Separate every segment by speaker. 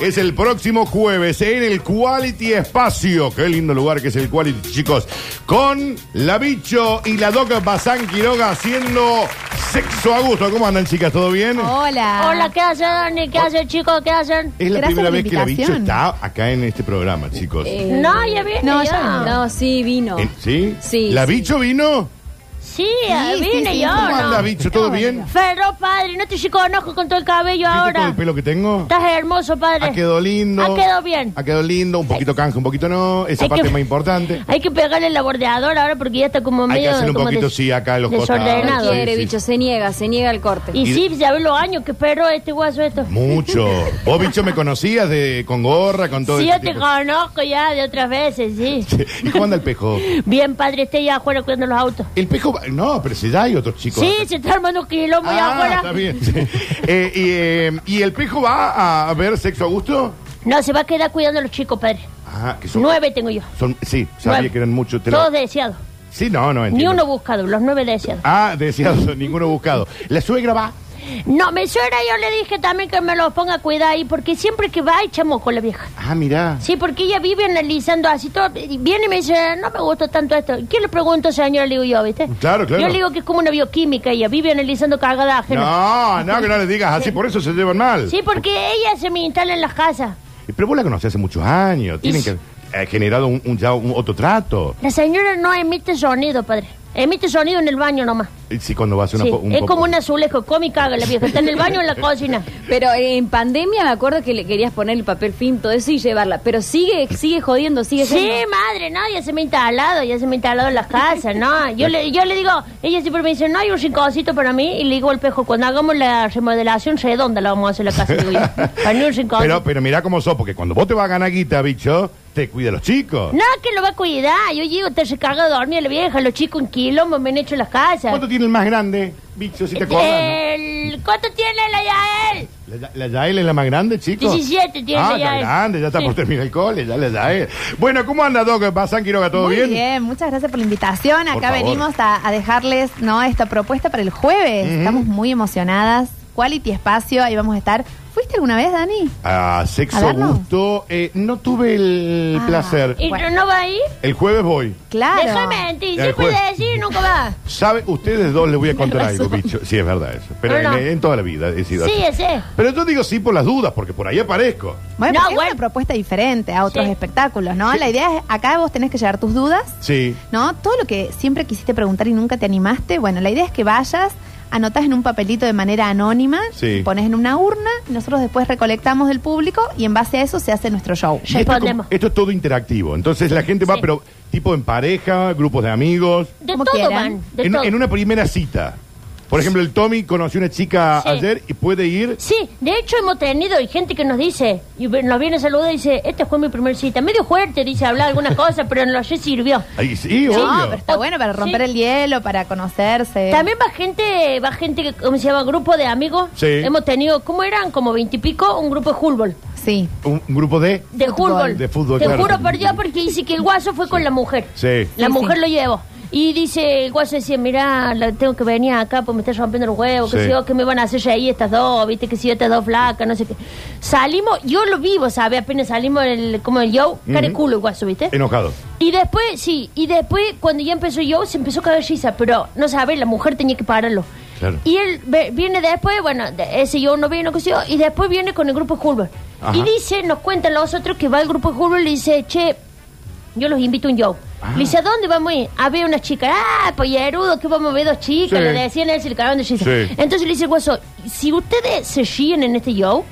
Speaker 1: Es el próximo jueves en el Quality Espacio. Qué lindo lugar que es el Quality, chicos. Con la Bicho y la Doc Bazán Quiroga haciendo sexo a gusto. ¿Cómo andan, chicas? ¿Todo bien?
Speaker 2: Oh, Hola.
Speaker 1: Ah.
Speaker 3: Hola, ¿qué hacen, Dani?
Speaker 1: Oh.
Speaker 3: ¿Qué hacen, chicos? ¿Qué hacen?
Speaker 1: es la
Speaker 2: gracias
Speaker 1: primera
Speaker 2: por la
Speaker 1: vez que la Bicho
Speaker 2: invitación.
Speaker 1: está acá en este programa, chicos.
Speaker 2: Eh,
Speaker 3: No, ya vine.
Speaker 2: No,
Speaker 3: yo.
Speaker 2: ya no.
Speaker 4: No, sí, vino.
Speaker 1: Eh, ¿Sí?
Speaker 4: Sí,
Speaker 1: ¿La
Speaker 4: sí.
Speaker 1: Bicho vino?
Speaker 3: Sí,
Speaker 2: Sí,
Speaker 3: vine
Speaker 2: sí, sí,
Speaker 3: yo.
Speaker 2: ¿cómo
Speaker 1: ¿Cómo
Speaker 3: no.
Speaker 1: anda, Bicho? ¿Todo
Speaker 2: No,
Speaker 1: bien?
Speaker 2: bueno.
Speaker 3: Ferro, padre, no te conozco con todo el cabello
Speaker 1: ¿Viste todo
Speaker 3: ahora.
Speaker 1: el pelo que tengo?
Speaker 3: Estás hermoso, padre.
Speaker 1: Ha quedado lindo.
Speaker 3: Ha quedado bien.
Speaker 1: Ha quedado lindo. Un poquito canje, un poquito no. Esa
Speaker 3: Hay
Speaker 1: parte
Speaker 3: que-
Speaker 1: es más importante.
Speaker 3: Hay que pegarle el bordeador ahora porque ya está como
Speaker 1: Hay que
Speaker 3: medio.
Speaker 1: hacerle un
Speaker 3: como
Speaker 1: poquito,
Speaker 3: des-
Speaker 1: sí, acá a los costados.
Speaker 4: No
Speaker 3: Desordenado.
Speaker 4: quiere,
Speaker 1: Ah, Sí, sí.
Speaker 4: bicho, se niega, se niega el corte.
Speaker 3: Y,
Speaker 1: Y- Mm,
Speaker 3: sí, ya ves los años que perro este guaso esto.
Speaker 1: Mucho. Vos, bicho, me conocías de, con gorra, con todo este
Speaker 3: Sí,
Speaker 1: ese
Speaker 3: yo te
Speaker 1: tipo.
Speaker 3: conozco ya de otras veces, sí.
Speaker 1: este, ¿Y cómo anda el pejo?
Speaker 3: Bien, padre, esté ya afuera cuidando los autos.
Speaker 1: El pejo. va- No, pero si ya hay otros chicos.
Speaker 3: Sí, se está armando un quilombo ya
Speaker 1: Ah,
Speaker 3: afuera.
Speaker 1: está bien. sí. Eh, y, eh, ¿y el pejo va a ver sexo a gusto?
Speaker 3: No, se va a quedar cuidando a los chicos, padre.
Speaker 1: Ah, que son.
Speaker 3: Nueve tengo yo.
Speaker 1: son- sí, sabía
Speaker 3: Nueve.
Speaker 1: que eran muchos. te lo-
Speaker 3: Todos deseados.
Speaker 1: Sí, no, no
Speaker 3: Ni
Speaker 1: entiendo.
Speaker 3: uno buscado, los nueve deseados.
Speaker 1: Ah, deseado, ninguno buscado. La suegra va.
Speaker 3: No, mi suegra yo le dije también que me los ponga a cuidar ahí, porque siempre que va echamos con la vieja.
Speaker 1: Ah, mirá.
Speaker 3: Sí, porque ella vive analizando así todo. y Viene y me dice, no me gusta tanto esto. ¿Y ¿Qué le pregunto, señora? Le digo yo, ¿viste?
Speaker 1: Claro, claro.
Speaker 3: Yo le digo que es como una bioquímica ella, vive analizando cagada ajena.
Speaker 1: No, no, que no le digas así, por eso se llevan mal.
Speaker 3: Sí, porque ella se me instala en las casas.
Speaker 1: Pero vos la conocés hace muchos años. Tienen
Speaker 3: Y
Speaker 1: que
Speaker 3: sí.
Speaker 1: haber generado un, un- ya un otro trato.
Speaker 3: La señora no emite sonido, padre. Emite sonido en el baño nomás.
Speaker 1: Eh, Sí, cuando vas a una
Speaker 3: Sí,
Speaker 1: po- un
Speaker 3: es
Speaker 1: po-
Speaker 3: como un azulejo, come y caga la vieja. Está en el baño o en la cocina.
Speaker 4: Pero en pandemia me acuerdo que le querías poner el papel film, todo eso y llevarla. Pero sigue, sigue jodiendo, sigue
Speaker 3: Sí,
Speaker 4: siendo-
Speaker 3: madre, no, ya se me ha instalado, ya se me ha instalado en las casas, ¿no? Yo le, yo le digo, ella siempre me dice, no hay un rinconcito para mí, y le digo al pejo, cuando hagamos la remodelación redonda la vamos a hacer la casa, digo yo. Para mí un rinconcito.
Speaker 1: Pero, pero mirá cómo sos, porque cuando vos te vas a ganar guita, bicho, te cuida los chicos.
Speaker 3: No, que lo va a cuidar, yo llego, te se carga de dormir la vieja, los chicos en quilombo me han hecho en las casas.
Speaker 1: ¿Cuánto tiene el más grande, bicho,
Speaker 3: Eh,
Speaker 1: si te acordás? no?
Speaker 3: El, ¿Cuánto tiene la Yael?
Speaker 1: ¿La, la Yael es la más grande, chicos?
Speaker 3: 17 tiene
Speaker 1: Ah,
Speaker 3: la
Speaker 1: está
Speaker 3: Yael.
Speaker 1: grande, ya está por
Speaker 3: Sí.
Speaker 1: terminar el cole, ya la Yael. Bueno, ¿cómo anda, Doc? ¿Pasan, Quiroga, todo
Speaker 2: Muy
Speaker 1: bien?
Speaker 2: bien? muchas gracias por la invitación.
Speaker 1: Por
Speaker 2: Acá
Speaker 1: favor.
Speaker 2: venimos a, a dejarles ¿no? esta propuesta para el jueves.
Speaker 1: Ujú.
Speaker 2: Estamos muy emocionadas. Quality Espacio, ahí vamos a estar. ¿Fuiste alguna vez, Dani?
Speaker 1: A sexo
Speaker 2: A verlo.
Speaker 1: gusto, eh, no tuve el
Speaker 2: Ah.
Speaker 1: placer.
Speaker 3: ¿Y
Speaker 2: Bueno.
Speaker 3: no- no va ahí?
Speaker 1: El jueves voy.
Speaker 2: Claro.
Speaker 3: Déjame mentir,
Speaker 1: El
Speaker 3: siempre
Speaker 1: juez.
Speaker 3: decir nunca va.
Speaker 1: ¿Sabe? Ustedes dos les voy a contar algo, bicho. Sí, es verdad eso. Pero
Speaker 3: No, no.
Speaker 1: En, en toda la vida he sido
Speaker 3: Sí,
Speaker 1: así.
Speaker 3: ese.
Speaker 1: Pero yo digo sí por las dudas, porque por ahí aparezco.
Speaker 2: Bueno,
Speaker 3: No,
Speaker 2: porque es
Speaker 3: bueno.
Speaker 2: una propuesta diferente a otros
Speaker 3: Sí.
Speaker 2: espectáculos, ¿no? La idea es, acá vos tenés que llevar tus dudas,
Speaker 1: Sí.
Speaker 2: ¿no? Todo lo que siempre quisiste preguntar y nunca te animaste, bueno, la idea es que vayas, anotás en un papelito de manera anónima,
Speaker 1: Sí.
Speaker 2: pones en una urna, y nosotros después recolectamos del público y en base a eso se hace nuestro show.
Speaker 1: Y Esto, es como-
Speaker 3: Respondemos.
Speaker 1: esto es todo interactivo. Entonces la gente va,
Speaker 3: Sí.
Speaker 1: pero tipo en pareja, grupos de amigos.
Speaker 3: De
Speaker 2: Como
Speaker 3: todo
Speaker 2: quieran.
Speaker 3: van, de
Speaker 1: En,
Speaker 3: todo.
Speaker 1: en una primera cita. Por ejemplo, el Tommy conoció una chica
Speaker 3: Sí.
Speaker 1: ayer y puede ir.
Speaker 3: Sí, de hecho hemos tenido y gente que nos dice, y ve- nos viene a saludar y dice, esta fue mi primer cita. Medio fuerte, dice, hablar alguna cosa, pero en lo ayer sirvió.
Speaker 1: Ahí sí,
Speaker 2: No,
Speaker 1: obvio.
Speaker 2: pero está bueno para romper
Speaker 3: Sí.
Speaker 2: el hielo, para conocerse.
Speaker 3: También va gente, va gente, que, ¿cómo se llama? Grupo de amigos.
Speaker 1: Sí.
Speaker 3: Hemos tenido, ¿cómo eran? Como veintipico, un grupo de fútbol.
Speaker 2: Sí.
Speaker 1: Un, un grupo de.
Speaker 3: De
Speaker 2: Fútbol.
Speaker 3: fútbol.
Speaker 1: De fútbol,
Speaker 3: Te
Speaker 1: claro.
Speaker 3: juro por Dios, porque dice que el guaso fue con la mujer.
Speaker 1: Sí.
Speaker 3: La
Speaker 2: Sí,
Speaker 3: mujer
Speaker 2: sí.
Speaker 3: lo llevó. Y dice, el guaso decía, mirá, la- tengo que venir acá porque me están rompiendo los huevos, que
Speaker 1: Sí.
Speaker 3: sé yo, que me van a hacer ahí estas dos, viste, que si yo estas dos flacas, no sé qué. Salimos, yo lo vivo, ¿sabes? Apenas salimos el, como el yo, cara de
Speaker 1: Ujú.
Speaker 3: culo el guaso, ¿viste?
Speaker 1: Enojado.
Speaker 3: Y después, sí, y después cuando ya empezó yo, se empezó a caer risa, pero no sabe, la mujer tenía que pararlo.
Speaker 1: Claro.
Speaker 3: Y él ve- viene después, bueno, de- ese yo no vino, qué sé yo, y después viene con el grupo de fútbol.
Speaker 1: Ajá.
Speaker 3: Y dice, nos cuentan los otros que va el grupo de fútbol y le dice, che, yo los invito a un show.
Speaker 1: Ah.
Speaker 3: Le dice, ¿a dónde vamos a ir? A ver una chica. Ah, pollerudo, que vamos a ver dos chicas.
Speaker 1: Sí.
Speaker 3: Le decían a él, se le cagaron de risa.
Speaker 1: Sí.
Speaker 3: Entonces le dice el guaso, si ustedes se ríen en este show,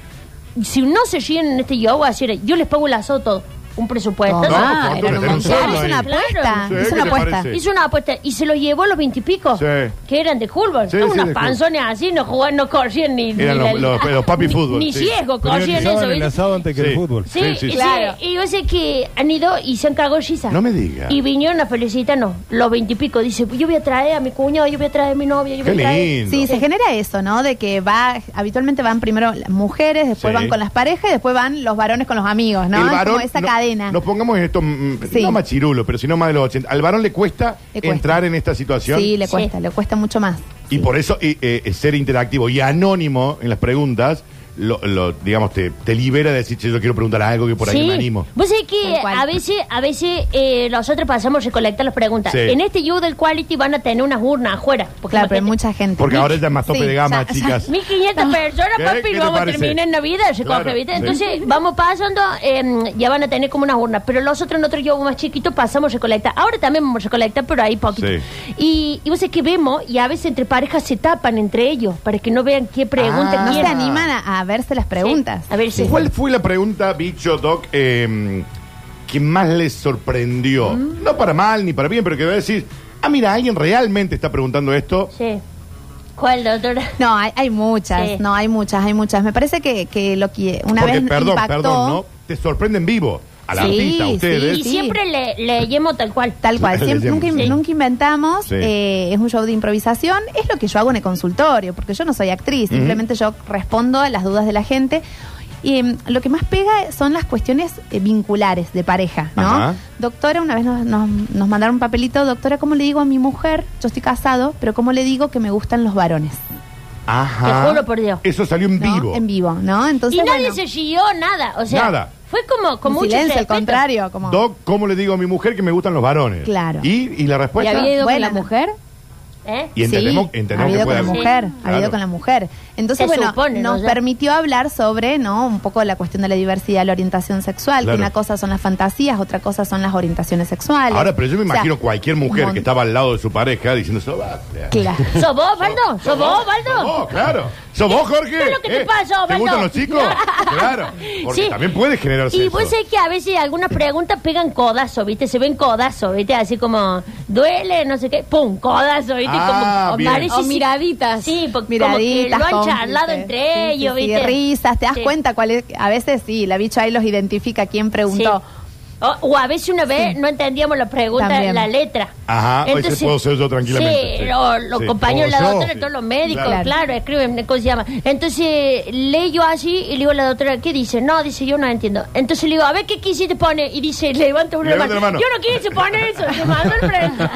Speaker 3: si no se ríen en este show, así era, yo les pago el asado todo. Un presupuesto. Ah,
Speaker 1: No,
Speaker 2: Tomá,
Speaker 1: con todo,
Speaker 2: era un
Speaker 1: era un
Speaker 2: montón.
Speaker 1: solo
Speaker 2: Es una
Speaker 1: ahí.
Speaker 2: apuesta.
Speaker 1: Sí,
Speaker 2: es
Speaker 1: ¿qué
Speaker 2: una
Speaker 1: te
Speaker 2: apuesta.
Speaker 1: parece?
Speaker 3: Hizo una apuesta y se los llevó a los veintipico.
Speaker 1: Sí.
Speaker 3: Que eran de fútbol.
Speaker 1: Sí,
Speaker 3: Estaban
Speaker 1: sí,
Speaker 3: unos
Speaker 1: de fútbol.
Speaker 3: panzones así, no jugaban, no corrían ni.
Speaker 1: Eran
Speaker 3: ni
Speaker 1: los- los- los papi
Speaker 3: ni-
Speaker 1: fútbol,
Speaker 3: Ni
Speaker 1: sí.
Speaker 3: ciego corrían
Speaker 5: Priorizaban
Speaker 3: eso.
Speaker 5: el
Speaker 3: ¿viste?
Speaker 5: asado antes que
Speaker 1: Sí.
Speaker 5: el fútbol.
Speaker 3: Sí,
Speaker 1: Sí, sí,
Speaker 3: y
Speaker 1: sí.
Speaker 2: Claro.
Speaker 3: sí, y yo sé que han ido y se han cagado risa.
Speaker 1: No me diga.
Speaker 3: Y vinieron a felicitarnos, los veintipico. Dice, yo voy a traer a mi cuñado, yo voy a traer a mi novia, yo voy
Speaker 1: Qué
Speaker 3: a traer.
Speaker 1: lindo.
Speaker 2: Sí, se genera eso, ¿no? De que va, habitualmente van primero las mujeres, después
Speaker 1: Sí.
Speaker 2: van con las parejas y después van los varones con los amigos, ¿no?
Speaker 1: El
Speaker 2: Es
Speaker 1: varón,
Speaker 2: como esa
Speaker 1: no-
Speaker 2: cadena.
Speaker 1: Nos pongamos en esto, mm,
Speaker 2: Sí.
Speaker 1: no machirulo, pero sino más de los 80. Al varón le cuesta,
Speaker 2: Le cuesta.
Speaker 1: entrar en esta situación.
Speaker 2: sí, le
Speaker 3: Sí.
Speaker 2: cuesta, le cuesta mucho más.
Speaker 1: Y por eso eh, eh, ser interactivo y anónimo en las preguntas lo, lo, digamos, te, te libera de decir, che, yo quiero preguntar algo que por ahí me animo.
Speaker 3: Vos sabés que
Speaker 2: Tal cual.
Speaker 3: a veces, a veces eh, nosotros pasamos a recolectar las preguntas.
Speaker 1: Sí.
Speaker 3: En este You del Quality van a tener unas urnas afuera. Porque
Speaker 2: Claro, pero hay Ah.
Speaker 3: imagínate,
Speaker 2: mucha gente.
Speaker 1: Porque ahora ya es más tope
Speaker 2: Sí,
Speaker 1: de gama,
Speaker 2: ya-
Speaker 1: chicas.
Speaker 3: 1500 personas,
Speaker 1: ¿Qué? ¿Qué
Speaker 3: papi,
Speaker 1: te
Speaker 3: y vamos a
Speaker 1: parece?
Speaker 3: terminar en Navidad, se
Speaker 1: Claro,
Speaker 3: compra, ¿viste?
Speaker 1: sí.
Speaker 3: Entonces, vamos pasando, eh, ya van a tener como unas urnas. Pero nosotros en otro yo más chiquito pasamos a recolectar. Ahora también vamos a recolectar, pero ahí poquito.
Speaker 1: Sí.
Speaker 3: Y, y vos sabés que vemos, y a veces entre parejas se tapan entre ellos para que no vean qué pregunta
Speaker 1: Ah.
Speaker 2: No se
Speaker 3: quieren.
Speaker 2: animan a, a verse las preguntas.
Speaker 3: Sí. A ver si.
Speaker 1: ¿Cuál fue la pregunta, bicho, Doc, eh, que más les sorprendió?
Speaker 2: Mm.
Speaker 1: No para mal ni para bien, pero que voy a decir, ah, mira, alguien realmente está preguntando esto.
Speaker 3: Sí. ¿Cuál, doctora?
Speaker 2: No, hay, hay muchas,
Speaker 3: Sí.
Speaker 2: no, hay muchas, hay muchas. Me parece que, que lo que una
Speaker 1: Porque,
Speaker 2: vez
Speaker 1: perdón,
Speaker 2: impactó,
Speaker 1: perdón, ¿no? Te sorprende en vivo al
Speaker 2: Sí,
Speaker 1: artista, a
Speaker 2: sí,
Speaker 1: ustedes.
Speaker 3: Y
Speaker 2: Eh, Sí.
Speaker 3: siempre le, leemos tal cual.
Speaker 2: Tal cual,
Speaker 1: Le
Speaker 2: siempre,
Speaker 1: llamamos.
Speaker 2: nunca,
Speaker 1: Sí.
Speaker 2: nunca inventamos,
Speaker 1: Sí.
Speaker 2: eh, es un show de improvisación, es lo que yo hago en el consultorio, porque yo no soy actriz, simplemente yo respondo a las dudas de la gente. Y em, lo que más pega son las cuestiones eh, vinculares de pareja, ¿no?
Speaker 1: Ajá.
Speaker 2: Doctora, una vez nos, nos- nos mandaron un papelito, doctora, ¿cómo le digo a mi mujer? Yo estoy casado, pero ¿cómo le digo que me gustan los varones?
Speaker 1: Ajá.
Speaker 3: Te juro por Dios.
Speaker 1: Eso salió en
Speaker 2: ¿no?
Speaker 1: vivo.
Speaker 2: En vivo, ¿no? Entonces,
Speaker 3: y nadie
Speaker 2: bueno,
Speaker 3: se siguió nada. O sea,
Speaker 1: Nada.
Speaker 3: fue como,
Speaker 2: un
Speaker 3: como mucho
Speaker 2: silencio, al
Speaker 3: respeto.
Speaker 2: contrario. Como...
Speaker 1: Doc, ¿cómo le digo a mi mujer que me gustan los varones?
Speaker 2: Claro.
Speaker 1: ¿Y, y la
Speaker 4: ¿Y
Speaker 1: respuesta?
Speaker 4: había ido
Speaker 2: Bueno.
Speaker 4: con la mujer?
Speaker 3: ¿Eh?
Speaker 1: Y entendemos, entendemos
Speaker 2: ha
Speaker 1: que
Speaker 2: habido
Speaker 1: puede
Speaker 2: con la
Speaker 1: haber-
Speaker 2: mujer, ha habido
Speaker 1: Claro.
Speaker 2: con la mujer. Entonces,
Speaker 3: Se
Speaker 2: bueno,
Speaker 3: supone, ¿no?
Speaker 2: nos
Speaker 3: Ya.
Speaker 2: permitió hablar sobre, ¿no? Un poco la cuestión de la diversidad, la orientación sexual,
Speaker 1: Claro.
Speaker 2: que una cosa son las fantasías, otra cosa son las orientaciones sexuales.
Speaker 1: Ahora, pero yo me
Speaker 2: O sea,
Speaker 1: imagino cualquier mujer
Speaker 2: mon-
Speaker 1: que estaba al lado de su pareja diciendo, "Sos vos, Blas".
Speaker 2: Claro.
Speaker 3: ¿Sos vos, Baldo? ¿Sos vos,
Speaker 1: ¿Sos
Speaker 3: Baldo?
Speaker 1: vos, claro. ¿Sos vos, Jorge? ¿Eh?
Speaker 3: ¿Qué es lo que te pasa,
Speaker 1: ¿Te
Speaker 3: Osvaldo?
Speaker 1: gustan los chicos? claro. Porque
Speaker 3: Sí.
Speaker 1: también puede generarse
Speaker 3: Y
Speaker 1: eso.
Speaker 3: vos sabés que a veces algunas preguntas pegan codazo, ¿viste? Se ven codazo, ¿viste? Así como, duele, no sé qué, pum, codazo, ¿viste?
Speaker 1: Ah,
Speaker 3: como,
Speaker 1: bien.
Speaker 3: parece
Speaker 4: O
Speaker 3: si-
Speaker 4: miraditas.
Speaker 3: Sí, porque
Speaker 2: Miraditas,
Speaker 3: como que lo han
Speaker 2: cómplices.
Speaker 3: charlado entre
Speaker 2: Sí, sí,
Speaker 3: ellos,
Speaker 2: sí,
Speaker 3: ¿viste?
Speaker 2: risas, te das
Speaker 3: Sí.
Speaker 2: cuenta cuál es. A veces sí, la bicha ahí los identifica quién
Speaker 3: Sí.
Speaker 2: preguntó.
Speaker 3: O, o a veces una vez no entendíamos la pregunta,
Speaker 2: También.
Speaker 3: la letra.
Speaker 1: Ajá, ese puedo ser yo tranquilamente,
Speaker 3: Sí,
Speaker 1: sí.
Speaker 3: lo- los
Speaker 1: Sí,
Speaker 3: compañeros,
Speaker 1: como
Speaker 3: la
Speaker 1: yo,
Speaker 3: doctora,
Speaker 1: sí.
Speaker 3: todos los médicos,
Speaker 2: Claro.
Speaker 3: claro, escriben, ¿cómo se llama? Entonces leo así y le digo a la doctora, ¿qué dice? No, dice, yo no entiendo. Entonces le digo, a ver, ¿qué quisiste poner? Y dice, levanta una
Speaker 1: Levanta
Speaker 3: mano.
Speaker 1: la mano.
Speaker 3: Yo no quise poner eso, se mandó el frente.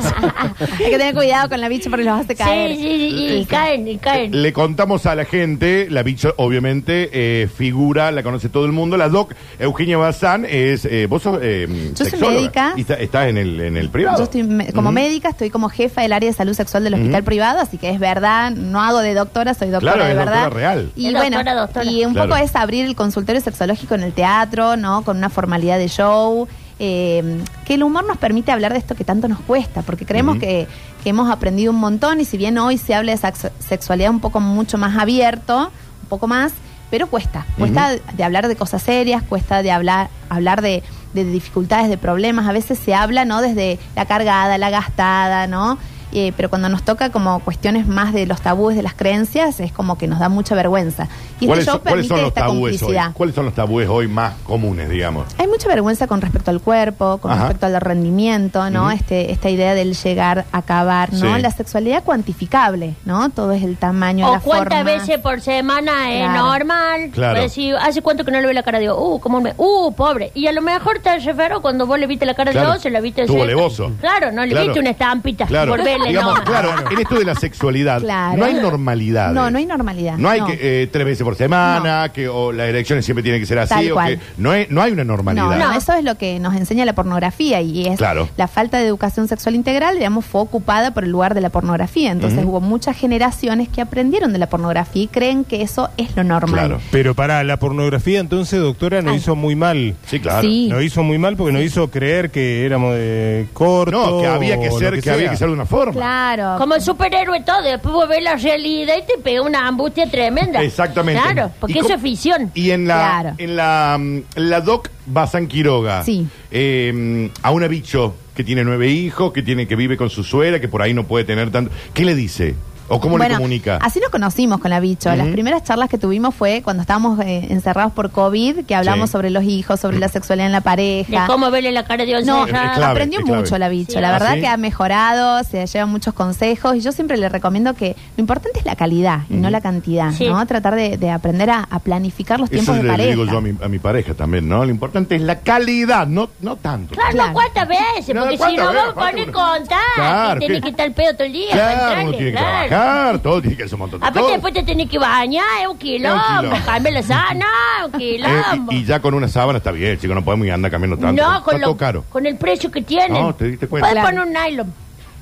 Speaker 2: Hay que tener cuidado con la bicha porque los hace caer.
Speaker 3: Sí, sí, sí, y caen, y caen.
Speaker 1: Eh, Le contamos a la gente, la bicho obviamente eh, figura, la conoce todo el mundo, la doc Eugenia Bazán es, eh, vos sos eh,
Speaker 2: Yo soy
Speaker 1: sexóloga.
Speaker 2: médica.
Speaker 1: Y está- estás en el, en el privado.
Speaker 2: Yo estoy me- como médica, estoy como jefa del área de salud sexual del hospital privado, así que es verdad, no hago de doctora, soy doctora
Speaker 1: Claro,
Speaker 2: de
Speaker 1: es
Speaker 2: verdad.
Speaker 1: doctora real.
Speaker 2: Y
Speaker 3: Es
Speaker 2: bueno,
Speaker 3: doctora, doctora.
Speaker 2: y un
Speaker 1: Claro.
Speaker 2: poco es abrir el consultorio sexológico en el teatro, ¿no? Con una formalidad de show. eh, que el humor nos permite hablar de esto que tanto nos cuesta, porque creemos
Speaker 1: Ujú.
Speaker 2: que, que hemos aprendido un montón y si bien hoy se habla de sax- sexualidad un poco mucho más abierto, un poco más, pero cuesta, cuesta de hablar de cosas serias, cuesta de hablar, hablar de, de dificultades, de problemas. A veces se habla, ¿no? Desde la cargada, la gastada, ¿no? Eh, pero cuando nos toca como cuestiones más de los tabúes, de las creencias, es como que nos da mucha vergüenza. Y este
Speaker 1: ¿Cuáles,
Speaker 2: show
Speaker 1: son- cuáles son
Speaker 2: permite
Speaker 1: los
Speaker 2: esta
Speaker 1: tabúes hoy?
Speaker 2: complicidad.
Speaker 1: ¿Cuáles son los tabúes hoy más comunes, digamos?
Speaker 2: Hay mucha vergüenza con respecto al cuerpo, con
Speaker 1: Ajá.
Speaker 2: respecto al rendimiento, ¿no?
Speaker 1: Ujú.
Speaker 2: este, esta idea del llegar a acabar, ¿no?
Speaker 1: Sí.
Speaker 2: La sexualidad cuantificable, ¿no? Todo es el tamaño,
Speaker 3: O
Speaker 2: la
Speaker 3: cuántas
Speaker 2: forma.
Speaker 3: veces por semana es
Speaker 2: Claro.
Speaker 3: normal.
Speaker 1: Claro.
Speaker 3: Pues si hace cuánto que no le ve la cara, digo, uh, como un mes, uh, pobre. Y a lo mejor te refiero cuando vos le viste la cara
Speaker 1: Claro.
Speaker 3: de dos, se la viste
Speaker 1: Estuvo
Speaker 3: seca.
Speaker 1: levoso.
Speaker 3: Claro, no le
Speaker 1: Claro.
Speaker 3: viste una estampita
Speaker 1: Claro,
Speaker 3: por verle,
Speaker 1: digamos,
Speaker 3: no.
Speaker 1: claro, en esto de la sexualidad,
Speaker 2: Claro.
Speaker 1: no hay normalidad.
Speaker 2: No, no hay normalidad,
Speaker 1: No hay
Speaker 2: no.
Speaker 1: que eh, tres veces por semana, que o las elecciones siempre tienen que ser así,
Speaker 2: Tal
Speaker 1: o
Speaker 2: cual.
Speaker 1: que no hay, no hay una normalidad.
Speaker 2: No, no,
Speaker 3: No.
Speaker 2: eso es lo que nos enseña la pornografía y es
Speaker 1: Claro.
Speaker 2: la falta de educación sexual integral, digamos, fue ocupada por el lugar de la pornografía. Entonces
Speaker 1: Ujú.
Speaker 2: hubo muchas generaciones que aprendieron de la pornografía y creen que eso es lo normal.
Speaker 1: Claro.
Speaker 5: Pero para la pornografía entonces, doctora, nos
Speaker 2: Ay.
Speaker 5: hizo muy mal.
Speaker 1: Sí, claro.
Speaker 2: Sí.
Speaker 5: Nos hizo muy mal porque nos hizo creer que éramos de corto.
Speaker 1: No, que había que
Speaker 5: o lo
Speaker 1: ser, que, había
Speaker 5: sea.
Speaker 1: que ser de una forma.
Speaker 2: Claro.
Speaker 3: Como el superhéroe todo, después vos ves la realidad y te pega una angustia tremenda.
Speaker 1: Exactamente.
Speaker 3: Claro,
Speaker 1: ¿Y
Speaker 3: porque eso
Speaker 1: cómo-
Speaker 3: es ficción.
Speaker 1: Y en la,
Speaker 2: Claro.
Speaker 1: en la, mm, la doc Bazán Quiroga,
Speaker 2: Sí.
Speaker 1: eh, a una bicho que tiene nueve hijos, que tiene que vive con su suegra, que por ahí no puede tener tanto. ¿Qué le dice? ¿O cómo le
Speaker 2: Bueno,
Speaker 1: comunica?
Speaker 2: Así nos conocimos con la bicho. Las
Speaker 1: Ujú.
Speaker 2: primeras charlas que tuvimos fue cuando estábamos eh, encerrados por COVID, que hablamos
Speaker 1: Sí.
Speaker 2: sobre los hijos, sobre la sexualidad en la
Speaker 3: De
Speaker 2: pareja.
Speaker 3: cómo verle la cara de once
Speaker 2: No,
Speaker 1: Es- es clave,
Speaker 2: aprendió
Speaker 1: es clave.
Speaker 2: mucho la bicho.
Speaker 3: Sí.
Speaker 2: La
Speaker 1: Ah,
Speaker 2: verdad
Speaker 1: ¿sí?
Speaker 2: que ha mejorado, se lleva muchos consejos y yo siempre le recomiendo que lo importante es la calidad y no la cantidad,
Speaker 3: Sí.
Speaker 2: ¿no? Tratar de, de aprender a, a planificar los
Speaker 1: Eso
Speaker 2: tiempos
Speaker 1: le
Speaker 2: de pareja.
Speaker 1: digo yo a mi, a mi pareja también, ¿no? Lo importante es la calidad, no, no tanto.
Speaker 3: Claro,
Speaker 2: Claro.
Speaker 3: cuántas veces,
Speaker 1: No,
Speaker 3: porque si
Speaker 1: ¿cuántas
Speaker 3: no
Speaker 1: veces?
Speaker 3: vamos a poner
Speaker 1: ¿Cuántas?
Speaker 3: contar,
Speaker 1: Claro,
Speaker 3: que tiene
Speaker 1: ¿qué?
Speaker 3: que estar el pedo todo el día.
Speaker 1: Claro,
Speaker 3: manchale,
Speaker 1: uno tiene que
Speaker 3: claro,
Speaker 1: trabajar, trabajar, todo tiene que hacer un montón
Speaker 2: Ah, pues
Speaker 1: de
Speaker 3: Aparte
Speaker 1: cosas.
Speaker 3: Ah, pues, después te tenés que bañar, es un quilombo,
Speaker 1: quilombo.
Speaker 3: cambiar la sana, un
Speaker 1: Eh,
Speaker 3: quilombo.
Speaker 1: y, y ya con una sábana está bien, chicos, no podemos ir andar cambiando tanto.
Speaker 3: no,
Speaker 1: está
Speaker 3: con,
Speaker 1: todo
Speaker 3: lo-
Speaker 1: caro.
Speaker 3: con el precio que tienen.
Speaker 1: No, te diste cuenta.
Speaker 3: Puedes
Speaker 4: Claro.
Speaker 3: poner un nylon.